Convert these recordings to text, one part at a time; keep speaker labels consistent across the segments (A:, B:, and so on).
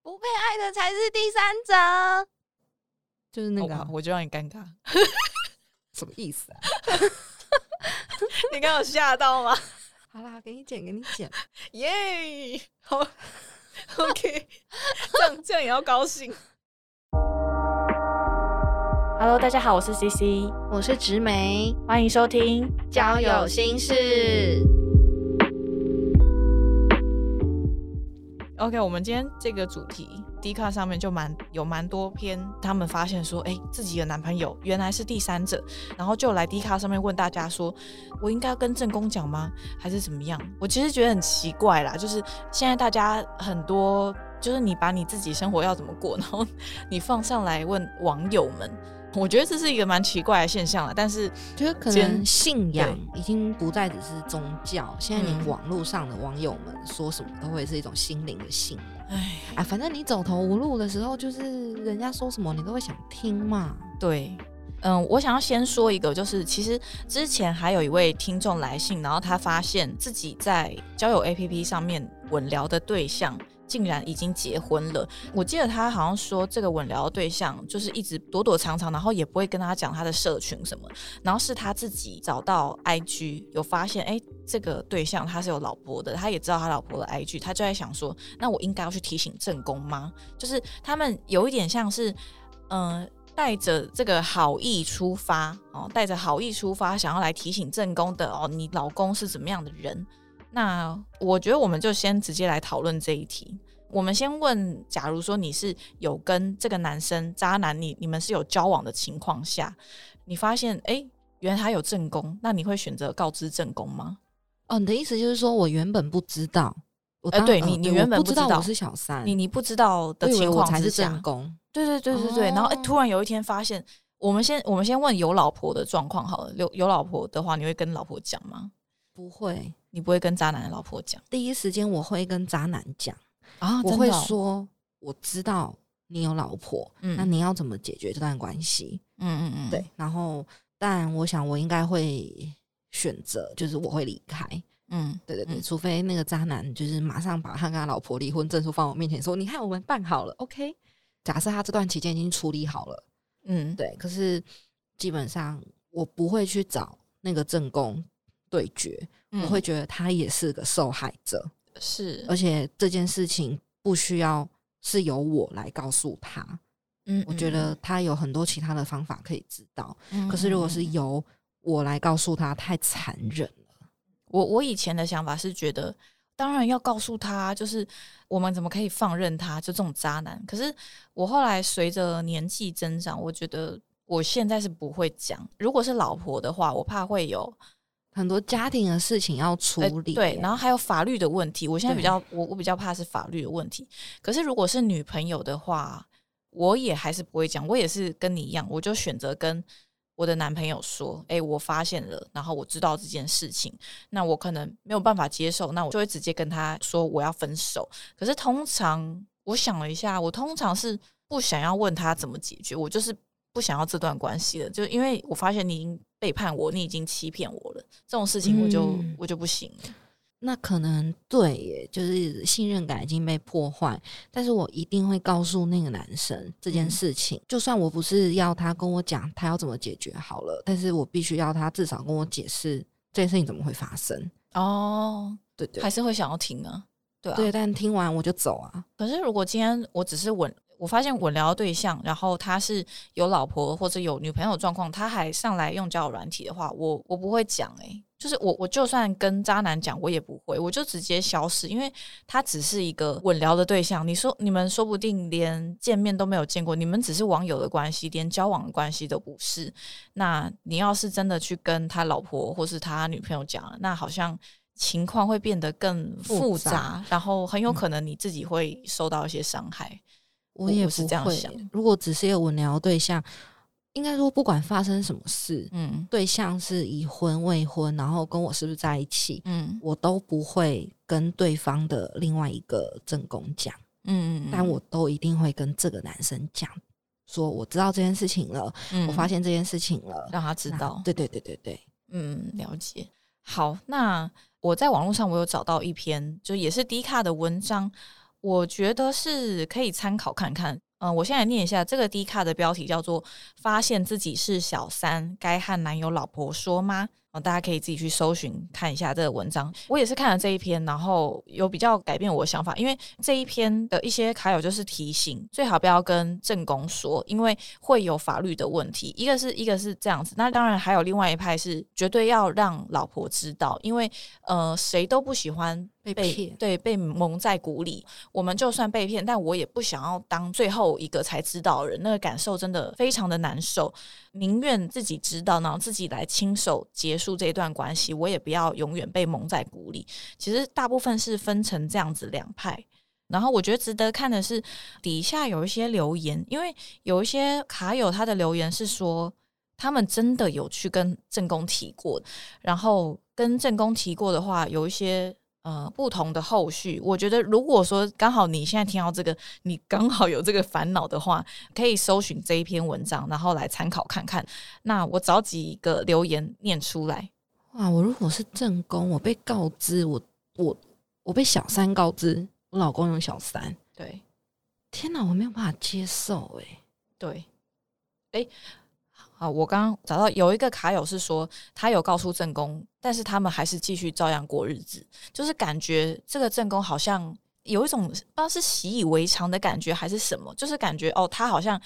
A: 不被爱的才是第三者，就是那个啊、
B: 哦我就让你尴尬。
A: 什么意思啊？
B: 你刚有吓到吗？
A: 好啦，给你剪，给你剪。
B: 耶、好，OK，这样这样也要高兴。
C: Hello，大家好，我是 CC，
A: 我是直梅，
C: 欢迎收听。
A: 交友心事。
B: OK，我们今天这个主题，D 卡上面就蛮有蛮多篇，他们发现说，哎、自己的男朋友原来是第三者，然后就来 D 卡上面问大家说，我应该跟正宫讲吗，还是怎么样？我其实觉得很奇怪啦，就是现在大家很多，就是你把你自己生活要怎么过，然后 你放上来问网友们，我觉得这是一个蛮奇怪的现象啦。但是
A: 觉得可
B: 兼
A: 能信仰已经不再只是宗教，现
B: 嗯
A: 在你网络上的网友们说什么都会是一种心灵的信仰。
B: 哎，
A: 哎，反正你走投无路的时候，就是人家说什么你都会想听嘛。
B: 对，嗯，我想要先说一个，就是其实之前还有一位听众来信，然后他发现自己在交友 APP 上面稳聊的对象。竟然已经结婚了，我记得他好像说这个稳聊的对象就是一直躲躲藏藏，然后也不会跟他讲他的社群什么，然后是他自己找到 IG 有发现，哎，这个对象他是有老婆的，他也知道他老婆的 IG，他就在想说，那我应该要去提醒正宫吗？就是他们有一点像是，嗯、带着这个好意出发哦，带着好意出发，想要来提醒正宫的哦，你老公是怎么样的人？那我觉得我们就先直接来讨论这一题。我们先问，假如说你是有跟这个男生渣男，你你们是有交往的情况下，你发现哎、诶原来他有正宫，那你会选择告知正宫吗？
A: 哦，你的意思就是说我原本不知道，我
B: 呃
A: 当
B: 对
A: 呃
B: 你你原
A: 我
B: 本
A: 不
B: 不
A: 知
B: 知
A: 道
B: 道
A: 我是小三，
B: 你你不知道
A: 我
B: 的
A: 以为
B: 情
A: 我
B: 况
A: 才
B: 之
A: 是
B: 下，
A: 正宫。
B: 对对对对对，然后哎、
A: 哦
B: 突然有一天发现，我们先我们先问有老婆的状况好了。有有老婆的话，你会跟老婆讲吗？
A: 不会，
B: 你不会跟渣男的老婆讲
A: 第一时间我会跟渣男讲，
B: 啊
A: 我会，说我知道你有老婆，
B: 嗯
A: 那你要怎么解决这段关系？
B: 嗯嗯嗯，
A: 对，，然后但我想我应该会选择，就是我会离开。
B: 嗯
A: 对对对，
B: 嗯
A: 除非那个渣男就是马上把他跟他老婆离婚证书放我面前说，你看我们办好了，OK。假设他这段期间已经处理好了，
B: 嗯，
A: 对，可是基本上我不会去找那个正宫对决，
B: 嗯
A: 我会呃觉得他也是个受害者，
B: 是，
A: 而且这件事情不需要是由我来告诉他，
B: 嗯
A: 我觉得，他有很多其他的方法可以知道。
B: 嗯
A: 可是如果是
B: 嗯嗯
A: 由我来告诉他，太残忍了。
B: 我我以前的想法是觉得，当然要告诉他，就是我们怎么可以放任他，就这种渣男。可是我后来随着年纪增长，我觉得我现在是不会讲。如果是老婆的话，我怕会有
A: 很多家庭的事情要处
B: 呃
A: 理耶、
B: 对，然后还有法律的问题。我现在比
A: 对
B: 较，我我比较怕是法律的问题。可是如果是女朋友的话，我也还是不会讲，我也是跟你一样，我就选择跟我的男朋友说：“哎、我发现了，然后我知道这件事情，那我可能没有办法接受，那我就会直接跟他说我要分手。”可是通常我想了一下，我通常是不想要问他怎么解决，我就是不想要这段关系了，就因为我发现你已经背叛我，你已经欺骗我了，这种事情我就、
A: 嗯
B: 我就不行了。
A: 那可能对耶，就是信任感已经被破坏。但是我一定会告诉那个男生这
B: 嗯
A: 件事情，就算我不是要他跟我讲他要怎么解决好了，但是我必须要他至少跟我解释这件事情怎么会发生。
B: 哦，
A: 对对
B: 还是会想要听啊，对啊。
A: 对，但听完我就走啊。
B: 可是如果今天我只是稳，我发现稳聊的对象，然后他是有老婆或者有女朋友的状况，他还上来用交友软体的话，我我不会讲诶、就是我我就算跟渣男讲，我也不会，我就直接消失，因为他只是一个稳聊的对象。你说你们说不定连见面都没有见过，你们只是网友的关系，连交往的关系都不是。那你要是真的去跟他老婆或是他女朋友讲了，那好像情况会变得更复
A: 复杂
B: 杂，然后很有可能你自己会受到一些伤害。
A: 我也
B: 我是
A: 不
B: 这样
A: 会
B: 想
A: 耶。如果只是一个稳聊对象，应该说不管发生什么事，
B: 嗯
A: 对象是已婚、未婚，然后跟我是不是在一起，
B: 嗯
A: 我都不会跟对方的另外一个正宫讲，
B: 嗯嗯，
A: 但我都一定会跟这个男生讲，说我知道这件事情了，我发
B: 现
A: 现这件事情了，
B: 让他嗯知
A: 那
B: 道，
A: 对对对对对，
B: 嗯，了解。好，那我在网络上我有找到一篇，就也是迪卡的文章，我觉得是可以参考看看。嗯，我现在念一下这个 D 卡的标题叫做“发现自己是小三，该和男友老婆说吗？”哦，大家可以自己去搜寻看一下这个文章。我也是看了这一篇，然后有比较改变我的想法，因为这一篇的一些卡友就是提醒，最好不要跟正宫说，因为会有法律的问题。一个是一个是这样子，那当然还有另外一派是绝对要让老婆知道，因为呃，谁都不喜欢
A: 被骗
B: 对，被蒙在鼓里。我们就算被骗，但我也不想要当最后一个才知道的人，那个感受真的非常的难受。宁愿自己知道，然后自己来亲手结束这段关系，我也不要永远被蒙在鼓里。其实大部分是分成这样子两派。然后我觉得值得看的是底下有一些留言，因为有一些卡友他的留言是说，他们真的有去跟正宫提过，然后跟正宫提过的话，有一些呃不同的后续。我觉得如果说刚好你现在听到这个，你刚好有这个烦恼的话，可以搜寻这一篇文章，然后来参考看看。那我找几个留言念出来，
A: 哇，我如果是正宫，我被告知我我我被小三告知我老公有小三，
B: 对
A: 天哪，我没有办法接受哎、
B: 对，哎。好，我刚刚找到有一个卡友是说，他有告诉正宫，但是他们还是继续照样过日子，就是感觉这个正宫好像有一种不知道是习以为常的感觉还是什么，就是感觉哦，他好像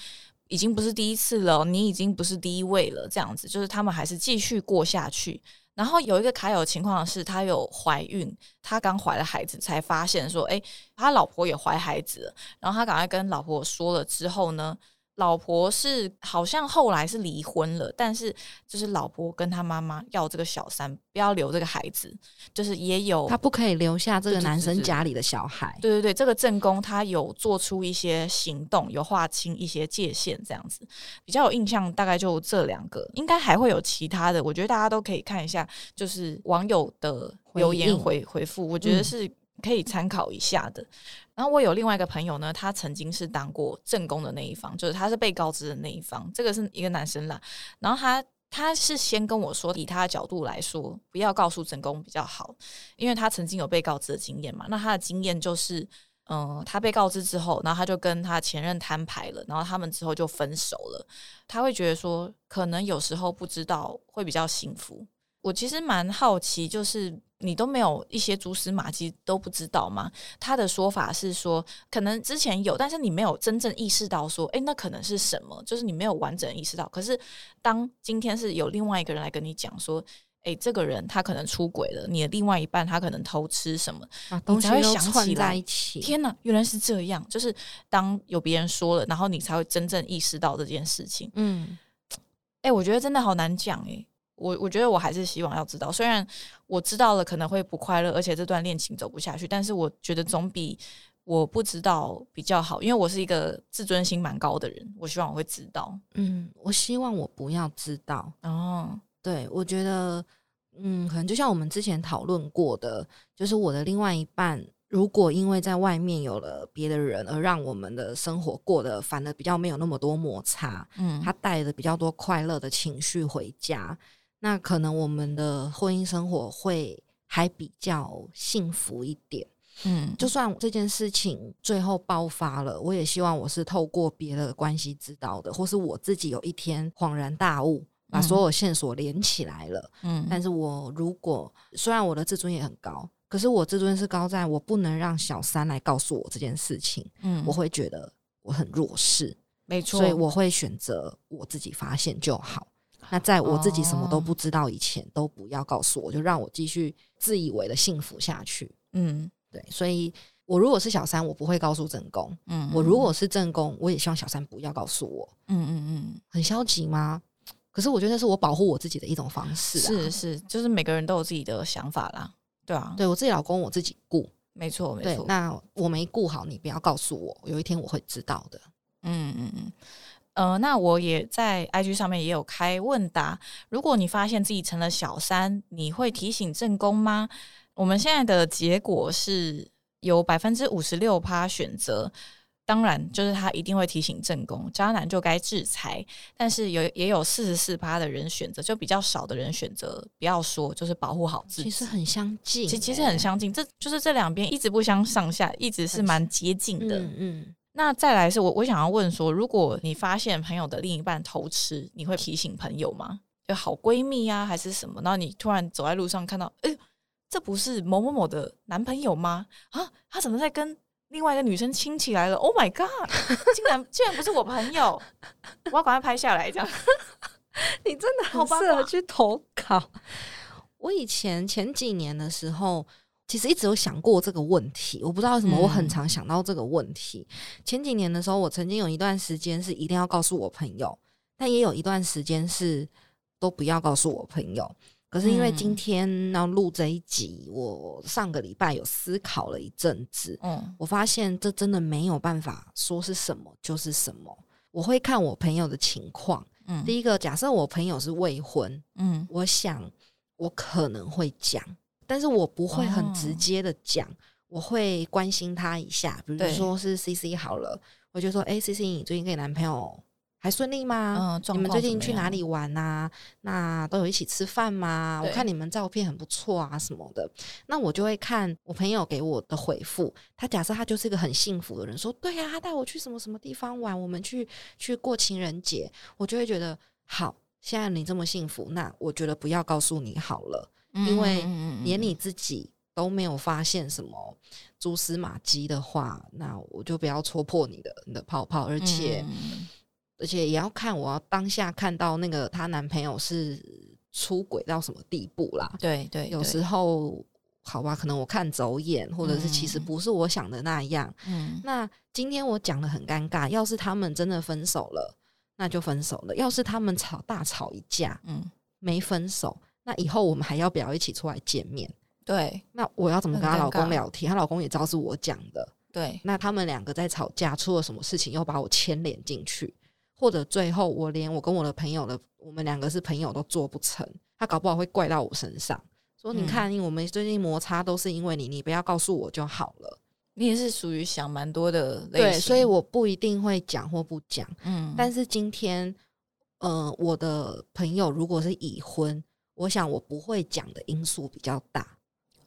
B: 已经不是第一次了，你已经不是第一位了，这样子，就是他们还是继续过下去。然后有一个卡友的情况是，她有怀孕，她刚怀了孩子，才发现说，哎，他老婆也怀孩子了。然后他赶快跟老婆说了之后呢，老婆是好像后来是离婚了，但是就是老婆跟他妈妈要这个小三，不要留这个孩子，就是也有
A: 他不可以留下这个
B: 哦对对
A: 男
B: 对
A: 生
B: 对
A: 家里的小孩。
B: 对对对，这个正宫他有做出一些行动，有划清一些界限，这样子比较有印象。大概就这两个，应该还会有其他的，我觉得大家都可以看一下，就是网友的留言
A: 回
B: 回回复，我觉得是可以参考一下的。然后我有另外一个朋友呢，他曾经是当过正宫的那一方，就是他是被告知的那一方，这个是一个男生啦。然后他他是先跟我说，以他的角度来说，不要告诉正宫比较好，因为他曾经有被告知的经验嘛。那他的经验就是，嗯、他被告知之后，然后他就跟他前任摊牌了，然后他们之后就分手了。他会觉得说，可能有时候不知道会比较幸福。我其实蛮好奇，就是你都没有一些蛛丝马迹都不知道吗？他的说法是说，可能之前有，但是你没有真正意识到说，诶，那可能是什么？就是你没有完整意识到。可是当今天是有另外一个人来跟你讲说，诶，这个人他可能出轨了，你的另外一半他可能偷吃什么，
A: 把东西
B: 啊才会
A: 都
B: 想起
A: 串在
B: 来
A: 一起，
B: 天啊哪，原来是这样！就是当有别人说了，然后你才会真正意识到这件事情。
A: 嗯，
B: 哎、我觉得真的好难讲哎、我我觉得我还是希望要知道，虽然我知道了可能会不快乐，而且这段恋情走不下去，但是我觉得总比我不知道比较好，因为我是一个自尊心蛮高的人，我希望我会知道。
A: 嗯，我希望我不要知道。
B: 哦，
A: 对，我觉得，嗯，可能就像我们之前讨论过的，就是我的另外一半，如果因为在外面有了别的人，而让我们的生活过得反而比较没有那么多摩擦，
B: 嗯，
A: 他带着比较多快乐的情绪回家，那可能我们的婚姻生活会还比较幸福一点。
B: 嗯
A: 就算这件事情最后爆发了，我也希望我是透过别的关系知道的，或是我自己有一天恍然大悟，把所有线索连起来了。
B: 嗯
A: 但是我如果虽然我的自尊也很高，可是我自尊是高在我不能让小三来告诉我这件事情，
B: 嗯
A: 我会觉得我很弱势，
B: 没错，
A: 所以我会选择我自己发现就好。那在我自己什
B: 哦
A: 么都不知道以前，都不要告诉我，就让我继续自以为的幸福下去。
B: 嗯
A: 对，所以我如果是小三，我不会告诉正宫；
B: 嗯，
A: 我如果是正宫，我也希望小三不要告诉我。
B: 嗯嗯嗯。
A: 很消极吗？可是我觉得那是我保护我自己的一种方式、啊。
B: 是，是，就是每个人都有自己的想法啦，对啊，
A: 对我自己老公我自己顾。
B: 没错，没
A: 对
B: 错，，
A: 那我没顾好，你不要告诉我，有一天我会知道的。
B: 嗯嗯嗯。呃，那我也在 IG 上面也有开问答。如果你发现自己成了小三，你会提醒正宫吗？我们现在的结果是有百分之五十六趴选择当然，就是他一定会提醒正宫，渣男就该制裁。但是有也有四十四趴的人选择，就比较少的人选择不要说，就是保护好自
A: 其
B: 己。
A: 实很相近、欸
B: 其其实很相近，这就是这两边一直不相上下，一直是
A: 很
B: 蛮接近
A: 近
B: 的。
A: 嗯嗯，
B: 那再来是我我想要问说，如果你发现朋友的另一半偷吃，你会提醒朋友吗？就好闺蜜啊，还是什么？然后你突然走在路上看到，哎、呦，这不是某某某的男朋友吗？啊，他怎么在跟另外一个女生亲起来了？Oh my god！竟然竟然不是我朋友，我要赶快拍下来，这样
A: 你真的
B: 好
A: 很
B: 八
A: 适合
B: 卦
A: 去投稿。 我以前前几年的时候，其实一直有想过这个问题，我不知道为什么
B: 嗯
A: 我很常想到这个问题。前几年的时候，我曾经有一段时间是一定要告诉我朋友，但也有一段时间是都不要告诉我朋友。可是因为
B: 嗯
A: 今天要录这一集，我上个礼拜有思考了一阵子，
B: 嗯
A: 我发现这真的没有办法说是什么就是什么。我会看我朋友的情况。
B: 嗯
A: 第一个，假设我朋友是未婚，
B: 嗯
A: 我想我可能会讲，但是我不会很直接的讲，我会关心他一下，比如
B: 对
A: 说是 C C 好了，我就说，哎、c C，你最近跟你男朋友还顺利吗？
B: 嗯，
A: 你
B: 状
A: 们
B: 况
A: 最近
B: 怎么
A: 去哪
B: 样
A: 里？玩呐、那都有一起吃饭吗？我
B: 对
A: 看你们照片很不错啊，什么的。那我就会看我朋友给我的回复。他假设他就是一个很幸福的人，说对啊呀、他带我去什么什么地方玩，我们去去过情人节，我就会觉得好。现在你这么幸福，那我觉得不要告诉你好了，因为
B: 嗯
A: 连你自己都没有发现什么蛛丝马迹的话，那我就不要戳破你的你的泡泡，而且。
B: 嗯
A: 而且也要看我要当下看到那个她男朋友是出轨到什么地步啦。
B: 对对，
A: 有
B: 对
A: 时候，好吧，可能我看走眼，或者是其实
B: 嗯
A: 不是我想的那样。
B: 嗯
A: 那今天我讲的很尴尬，要是他们真的分手了，那就分手了；要是他们吵大吵一架
B: 嗯
A: 没分手，那以后我们还要不要一起出来见面？
B: 对
A: 那我要怎么跟她
B: 很尴
A: 老公
B: 尬
A: 聊天？她老公也知道是我讲的，
B: 对
A: 那他们两个在吵架，出了什么事情又把我牵连进去，或者最后我连我跟我的朋友的，我们两个是朋友都做不成，他搞不好会怪到我身上，说你
B: 嗯
A: 看我们最近摩擦都是因为你，你不要告诉我就好了。
B: 你也是属于想蛮多的类型，
A: 对，所以我不一定会讲或不讲，
B: 嗯，
A: 但是今天，呃，我的朋友如果是已婚，我想我不会讲的因素比较大。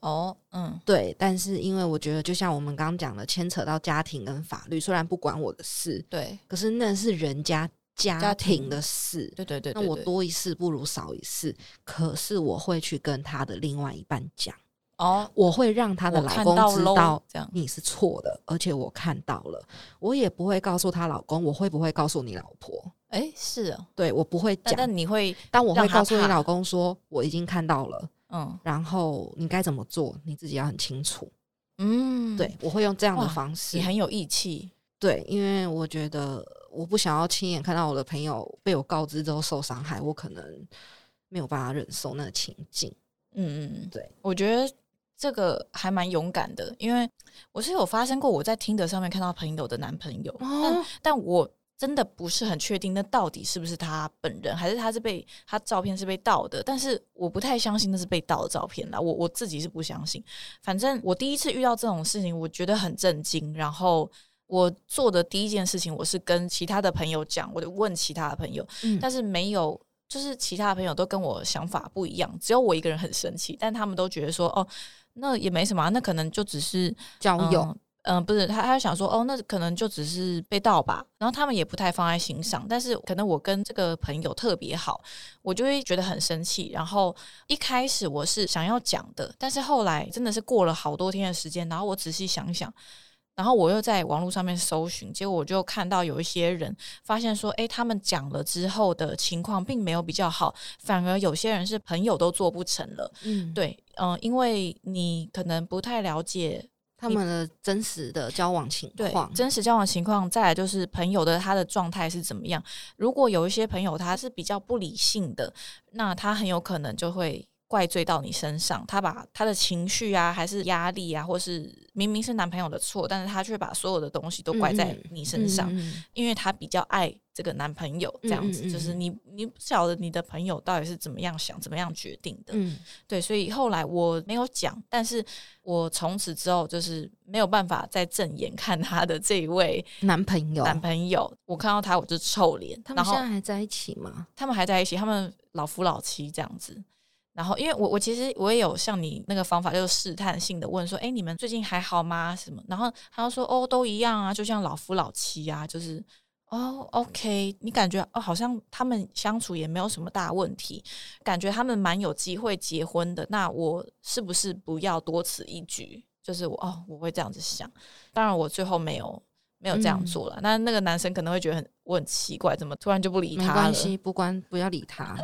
B: 哦，嗯
A: 对，但是因为我觉得，就像我们刚刚讲的，牵扯到家庭跟法律，虽然不管我的事，
B: 对
A: 可是那是人家家
B: 家
A: 庭
B: 庭
A: 的事，
B: 对对对，
A: 那
B: 对
A: 我
B: 对
A: 多一事不如少一事。可是我会去跟他的另外一半讲，
B: 哦，
A: 我会让他的
B: 我
A: 老
B: 看
A: 公
B: 到
A: 知
B: 咯
A: 道
B: 这样
A: 你是错的，而且我看到了，我也不会告诉她老公，我会不会告诉你老婆？
B: 哎是哦，
A: 对我不会
B: 但
A: 讲，
B: 但你会
A: 但我会
B: 让她
A: 告诉你
B: 怕
A: 老公说我已经看到了，
B: 嗯
A: 然后你该怎么做，你自己要很清楚。
B: 嗯，
A: 对，我会用这样的
B: 哇
A: 方式
B: 你。很有义气，
A: 对，因为我觉得我不想要亲眼看到我的朋友被我告知之后受伤害，我可能没有办法忍受那个情境。
B: 嗯嗯嗯，
A: 对，
B: 我觉得这个还蛮勇敢的，因为我是有发生过我在听的上面看到朋友的男朋友，但
A: 哦
B: 但我真的不是很确定那到底是不是他本人，还是他是被他照片是被盗的。但是我不太相信那是被盗的照片啦，我我自己是不相信。反正我第一次遇到这种事情，我觉得很震惊。然后我做的第一件事情，我是跟其他的朋友讲，我就问其他的朋友，
A: 嗯
B: 但是没有。就是其他的朋友都跟我想法不一样，只有我一个人很生气，但他们都觉得说，哦，那也没什么啊、那可能就只是
A: 交友，
B: 嗯，嗯，不是，他他想说，哦，那可能就只是被盗吧，然后他们也不太放在心上。但是可能我跟这个朋友特别好，我就会觉得很生气。然后一开始我是想要讲的，但是后来真的是过了好多天的时间，然后我仔细想一想，然后我又在网络上面搜寻，结果我就看到有一些人发现说，诶，他们讲了之后的情况并没有比较好，反而有些人是朋友都做不成了。
A: 嗯，
B: 对，嗯、因为你可能不太了解
A: 他们的真实的交往情
B: 对
A: 况，
B: 真实交往情况，再来就是朋友的他的状态是怎么样。如果有一些朋友他是比较不理性的，那他很有可能就会怪罪到你身上，他把他的情绪啊，还是压力啊，或是明明是男朋友的错，但是他却把所有的东西都怪在
A: 嗯
B: 你身上，
A: 嗯嗯
B: 因为他比较爱这个男朋友，这样子，
A: 嗯嗯嗯
B: 就是你你不晓得你的朋友到底是怎么样想、怎么样决定的，
A: 嗯
B: 对，所以后来我没有讲，但是我从此之后就是没有办法再正眼看他的这一位
A: 嗯男朋友，
B: 男朋友，我看到他我就臭脸，
A: 他
B: 然
A: 们现在
B: 后
A: 还在一起吗？
B: 他们还在一起，他们老夫老妻这样子。然后，因为我我其实我也有像你那个方法，就是试探性的问说：“哎，你们最近还好吗？什么？”然后他就说：“哦，都一样啊，就像老夫老妻啊，就是哦，OK，你感觉哦，好像他们相处也没有什么大问题，感觉他们蛮有机会结婚的。那我是不是不要多此一举？就是我哦，我会这样子想。当然，我最后没有没有这样
A: 嗯
B: 做了。那那个男生可能会觉得很我很奇怪，怎么突然就不理
A: 没
B: 他了
A: 关？系，不关不要理 他，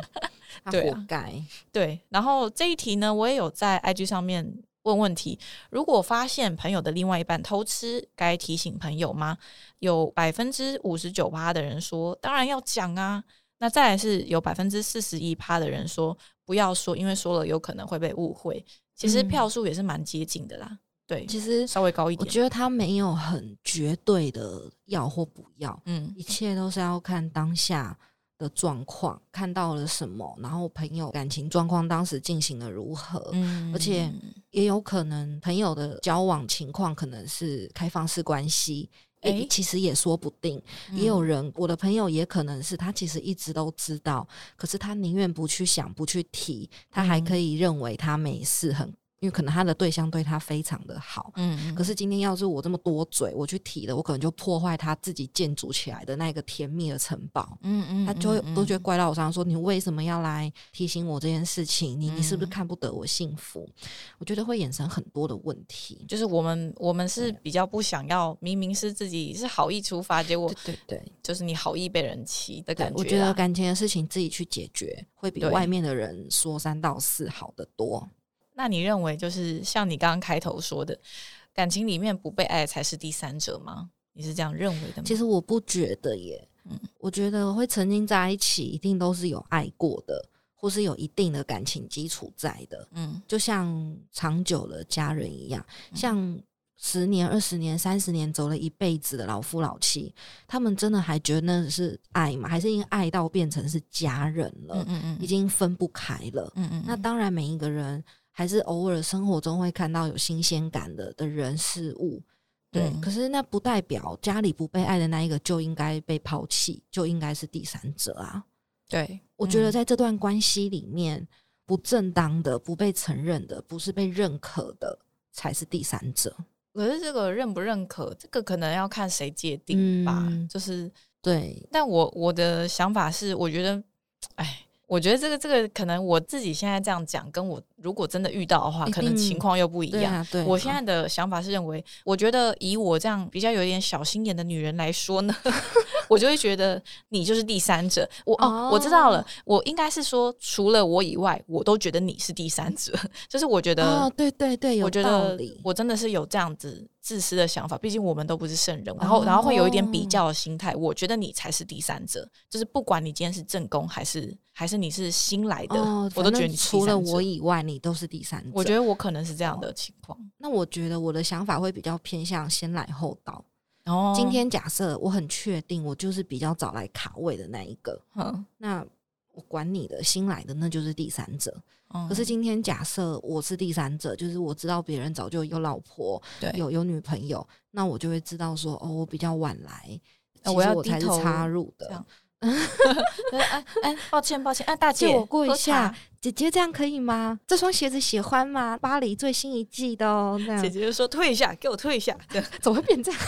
A: 他
B: 对
A: 活
B: 啊
A: 该。
B: 对，然后这一题呢，我也有在 IG 上面问问题。如果发现朋友的另外一半偷吃，该提醒朋友吗？有百分之五十九趴的人说，当然要讲啊。那再来是有百分之四十一趴的人说，不要说，因为说了有可能会被误会。其实
A: 嗯
B: 票数也是蛮接近的啦，对，
A: 其实
B: 稍微高一
A: 我
B: 点。
A: 觉得他没有很绝对的要或不要，
B: 嗯
A: 一切都是要看当下的状况，看到了什么，然后朋友感情状况当时进行的如何，
B: 嗯
A: 而且也有可能朋友的交往情况可能是开放式关系。诶、
B: 诶嗯
A: 其实也说不定，也有人，我的朋友也可能是他其实一直都知道，可是他宁愿不去想、不去提，他还
B: 嗯
A: 可以认为他没事很，因为可能他的对象对他非常的好，
B: 嗯，嗯
A: 可是今天要是我这么多嘴，我去提了，我可能就破坏他自己建筑起来的那个甜蜜的城堡。
B: 嗯嗯，
A: 他就会
B: 嗯
A: 都觉得怪到我身上，说你为什么要来提醒我这件事情？你你是不是
B: 嗯
A: 看不得我幸福？我觉得会衍生很多的问题。
B: 就是我们我们是比较不想要，明明是自己是好意出发，结果
A: 对对
B: 就是你好意被人欺的
A: 对
B: 感，觉、啊。
A: 我觉得感情的事情自己去解决，会比
B: 对
A: 外面的人说三道四好得多。
B: 那你认为就是像你刚刚开头说的，感情里面不被爱才是第三者吗？你是这样认为的吗？
A: 其
B: 实，
A: 实我不觉得耶，
B: 嗯
A: 我觉得会曾经在一起，一定都是有爱过的，或是有一定的感情基础在的。
B: 嗯
A: 就像长久的家人一样，
B: 嗯
A: 像十年、二十年、三十年走了一辈子的老夫老妻，他们真的还觉得那是爱吗？还是因为爱到变成是家人了，
B: 嗯嗯嗯，
A: 呃已经分不开了？
B: 嗯嗯，
A: 那当然，每一个人还是偶尔生活中会看到有新鲜感的的人事物。对，
B: 嗯
A: 可是那不代表家里不被爱的那一个就应该被抛弃，就应该是第三者啊。
B: 对，
A: 我觉得
B: 嗯
A: 在这段关系里面，不正当的、不被承认的、不是被认可的，才是第三者。
B: 可是这个认不认可，这个可能要看谁界定吧。
A: 嗯
B: 就是，
A: 对，
B: 但我我的想法是，我觉得，哎。我觉得这个这个可能我自己现在这样讲，跟我如果真的遇到的话，
A: 一
B: 可能
A: 定
B: 情况又不一
A: 对
B: 样。
A: 啊，对啊。
B: 我现在的想法是认为，我觉得以我这样比较有点小心眼的女人来说呢， 我就会觉得你就是第三者。我
A: 哦
B: 哦，我知道了，我应该是说，除了我以外，我都觉得你是第三者。 就是我觉得，
A: 哦，对对对，有
B: 我觉
A: 道
B: 得
A: 理。
B: 我真的是有这样子自私的想法，毕竟我们都不是圣人，然后、然后会有一点
A: 哦
B: 比较的心态。我觉得你才是第三者，就是不管你今天是正宫还是还是你是新来的，
A: 哦，
B: 我
A: 反
B: 都
A: 正
B: 觉得你是第
A: 除了
B: 三者
A: 我，以外，你都是第三者。
B: 我觉得我可能是这样的情况。
A: 那我觉得我的想法会比较偏向先来后到。
B: 然后
A: 今天假设我很确定，我就是比较早来卡位的那一个，
B: 嗯。
A: 那我管你的，新来的那就是第三者。
B: 嗯
A: 可是今天假设我是第三者，就是我知道别人早就有老婆，
B: 对
A: 有有女朋友，那我就会知道说，哦，我比较晚来，
B: 呃
A: 其
B: 我
A: 实
B: 要
A: 我
B: 低
A: 才是
B: 头
A: 插入
B: 这
A: 的
B: 样。哎哎哎，抱歉抱歉，哎、大姐，
A: 借我过一
B: 喝茶
A: 下。，姐姐这样可以吗？这双鞋子喜欢吗？巴黎最新一季的哦，那样
B: 姐姐就说退一下，给我退一下。这样
A: 怎么会变这样？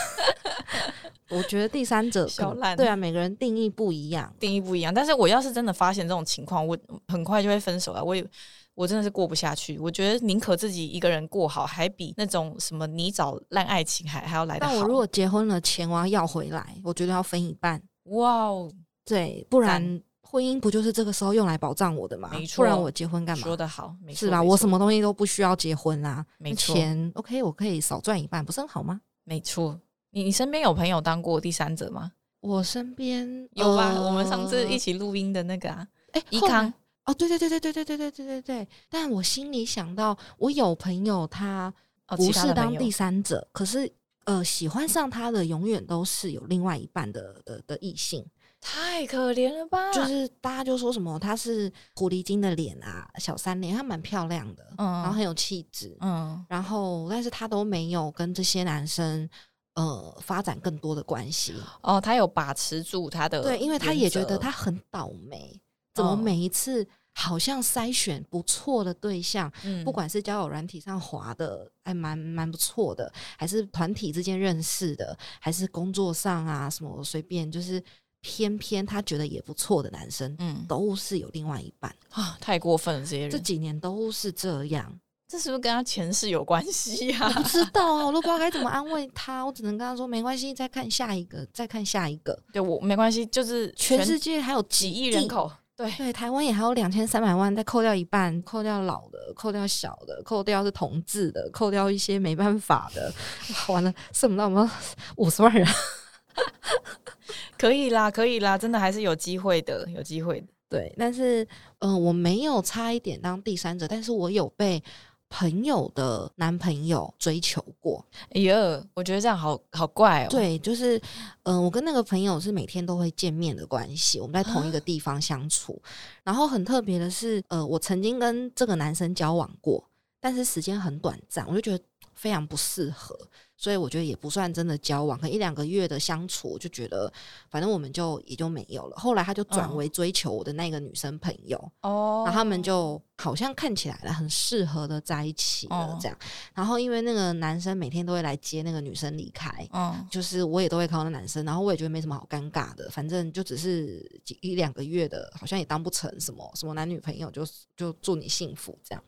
A: 我觉得第三者可
B: 小
A: 能
B: 烂
A: 对啊，每个人定义不一样。
B: 定义不一样，但是我要是真的发现这种情 况，我很快就会分手啊！我也我真的是过不下去，我觉得宁可自己一个人过好，还比那种什么你找烂爱情还还要来得
A: 但
B: 好。
A: 我如果结婚了，钱我要要回来，我觉得要分一半。
B: 哇哦，
A: 对，不然
B: 赞
A: 婚姻不就是这个时候用来保障我的吗？
B: 没错
A: 不然我结婚干嘛
B: 说？的好，没错
A: 是吧？
B: 没
A: 我
B: 错
A: 什么东西都不需要结婚啦，
B: 没
A: 那
B: 错
A: 钱 OK，我可以少赚一半，不是很好吗？
B: 没错？你你身边有朋友当过第三者吗？
A: 我身边
B: 有吧？
A: 呃
B: 我们上次一起录音的那个啊，
A: 哎，
B: 怡
A: 后来
B: 康
A: 哦，对对对对对对对对对对对。但我心里想到，我有朋友他
B: 哦，
A: 不
B: 其他
A: 是
B: 的
A: 当
B: 朋友
A: 第三者，可是呃，喜欢上他的永远都是有另外一半的的的异性，
B: 太可怜了吧？
A: 就是大家就说什么他是狐狸精的脸啊，小三脸，她蛮漂亮的，
B: 嗯
A: 然后很有气质，
B: 嗯，
A: 然后但是她都没有跟这些男生呃发展更多的关系，
B: 哦，他有把持住他的原则，
A: 对，因为她也觉得她很倒霉，怎么
B: 嗯
A: 每一次好像筛选不错的对象，
B: 嗯
A: 不管是交友软体上滑的，还蛮蛮不错的，还是团体之间认识的，还是工作上啊什么随便，就是偏偏他觉得也不错的男生，
B: 嗯
A: 都是有另外一半。
B: 啊，太过分了，这些
A: 这
B: 人，
A: 几年都是这样，
B: 这是不是跟他前世有关系呀、
A: 不知道啊，我都不知道该怎么安慰他，我只能跟他说没关系，再看下一个，再看下一个。
B: 对我没关系，就是
A: 全世界还有
B: 几亿人。口，对，
A: 对，台湾也还有两千三百万，再扣掉一半，扣掉老的，扣掉小的，扣掉是同志的，扣掉一些没办法的， 哇完了剩不到我们五十万人。
B: 可以啦，可以啦，真的还是有机会的，有机会的。
A: 对，但是嗯、呃我没有差一点当第三者，但是我有被朋友的男朋友追求过。
B: 哎呀，我觉得这样好好怪哦、，
A: 对，就是嗯、呃我跟那个朋友是每天都会见面的关系，我们在同一
B: 啊
A: 个地方相处。然后很特别的是，呃，我曾经跟这个男生交往过，但是时间很短暂，我就觉得非常不适合，所以我觉得也不算真的交往，可能一两个月的相处，我就觉得反正我们就也就没有了。后来他就转
B: 嗯
A: 为追求我的那个女生朋友，
B: 哦
A: 然后他们就好像看起来了很适合的在一起了
B: 哦
A: 这样。然后因为那个男生每天都会来接那个女生离开，
B: 嗯
A: 就是我也都会看到那男生，然后我也觉得没什么好尴尬的，反正就只是几一两个月的，好像也当不成什么什么男女朋友，就就祝你幸福这样。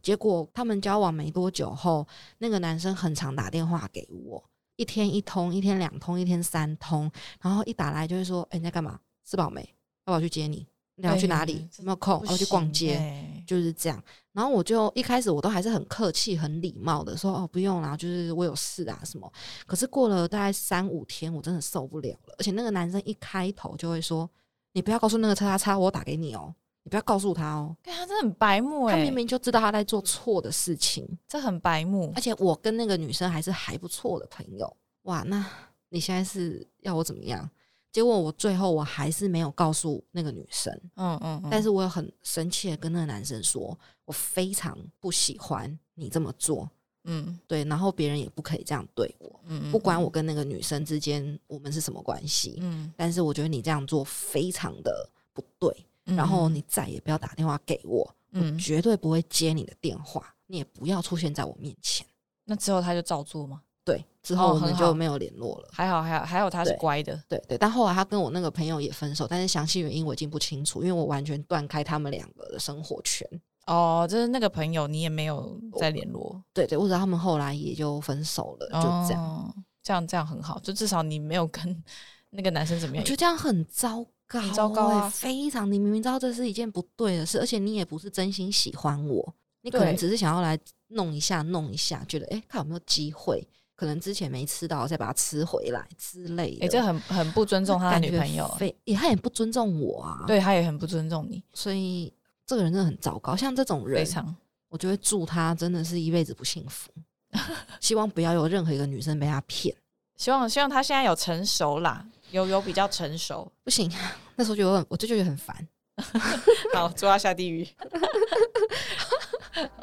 A: 结果他们交往没多久后，那个男生很常打电话给我，一天一通，一天两通，一天三通，然后一打来就会说：“哎、你在干嘛？吃饱没？要不要去接你？你要去哪里？
B: 哎
A: 有没有空？
B: 不
A: 要去逛
B: 行
A: 街。
B: 欸
A: 就是这样。然后我就一开始我都还是很客气、很礼貌的说哦不用啦，就是我有事啊什么。可是过了大概三五天，我真的受不了了。而且那个男生一开头就会说：“你不要告诉那个叉叉叉，我打给你哦，你不要告诉他哦。
B: 对啊，这很白目”
A: 他
B: 哎、
A: 明明就知道他在做错的事情，
B: 这很白目
A: 而且我跟那个女生还是还不错的朋友。哇，那你现在是要我怎么样？结果我最后我还是没有告诉那个女生。
B: 嗯嗯，嗯
A: 但是我有很生气的跟那个男生说，我非常不喜欢你这么做，
B: 嗯
A: 对，然后别人也不可以这样对我，
B: 嗯，嗯
A: 不管我，跟那个女生之间我们是什么关系，
B: 嗯，
A: 但是我觉得你这样做非常的不对，
B: 嗯
A: 然后你，再也不要打电话给我，
B: 嗯，嗯
A: 绝对不会接你的电话，你也不要出现在我面前，
B: 那之后他就照做吗？
A: 对，之
B: 哦
A: 后我们
B: 很
A: 就
B: 好
A: 没有联络了。
B: 还好，还好，还好，他是
A: 对
B: 乖的，
A: 对对，但后来他跟我那个朋友也分手，但是详细原因我已经不清楚，因为我完全断开他们两个的生活圈。
B: 哦，就是那个朋友，你也没有再联络，
A: 对对，我知道他们后来也就分手了，就这样。
B: 哦，这样这样很好，就至少你没有跟 那个男生怎么
A: 我
B: 样
A: 觉。得这样很糟糕、欸
B: 很糟糕啊
A: 非常，你明明知道这是一件不对的事，而且你也不是真心喜欢我，你可能
B: 对
A: 只是想要来弄一下、弄一下，觉得哎、诶看有没有机会，可能之前没吃到，再把它吃回来之类的。
B: 哎、这很很不尊重他的
A: 感
B: 女
A: 觉
B: 朋友，
A: 非也他也不尊重我啊。，
B: 对他也很不尊重你，
A: 所以这个人真的很糟糕。像这种
B: 非
A: 人，
B: 常。
A: 我就会祝他真的是一辈子不幸 福，希望不要有任何一个女生被他骗。
B: 希望希望他现在有成熟啦，有有比较成熟，
A: 不行， 那时候觉得我很我就觉得很烦。
B: 好，祝他下地狱。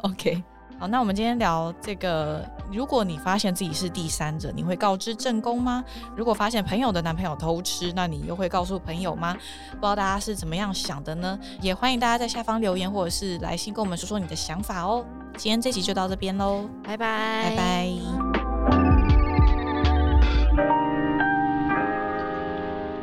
B: OK，好，那我们今天聊这个，如果你发现自己是第三者，你会告知正宫吗？如果发现朋友的男朋友偷吃，那你又会告诉朋友吗？不知道大家是怎么样想的呢？也欢迎大家在下方留言或者是来信跟我们说说你的想法哦。今天这集就到这边喽，
A: 拜拜，
B: 拜拜。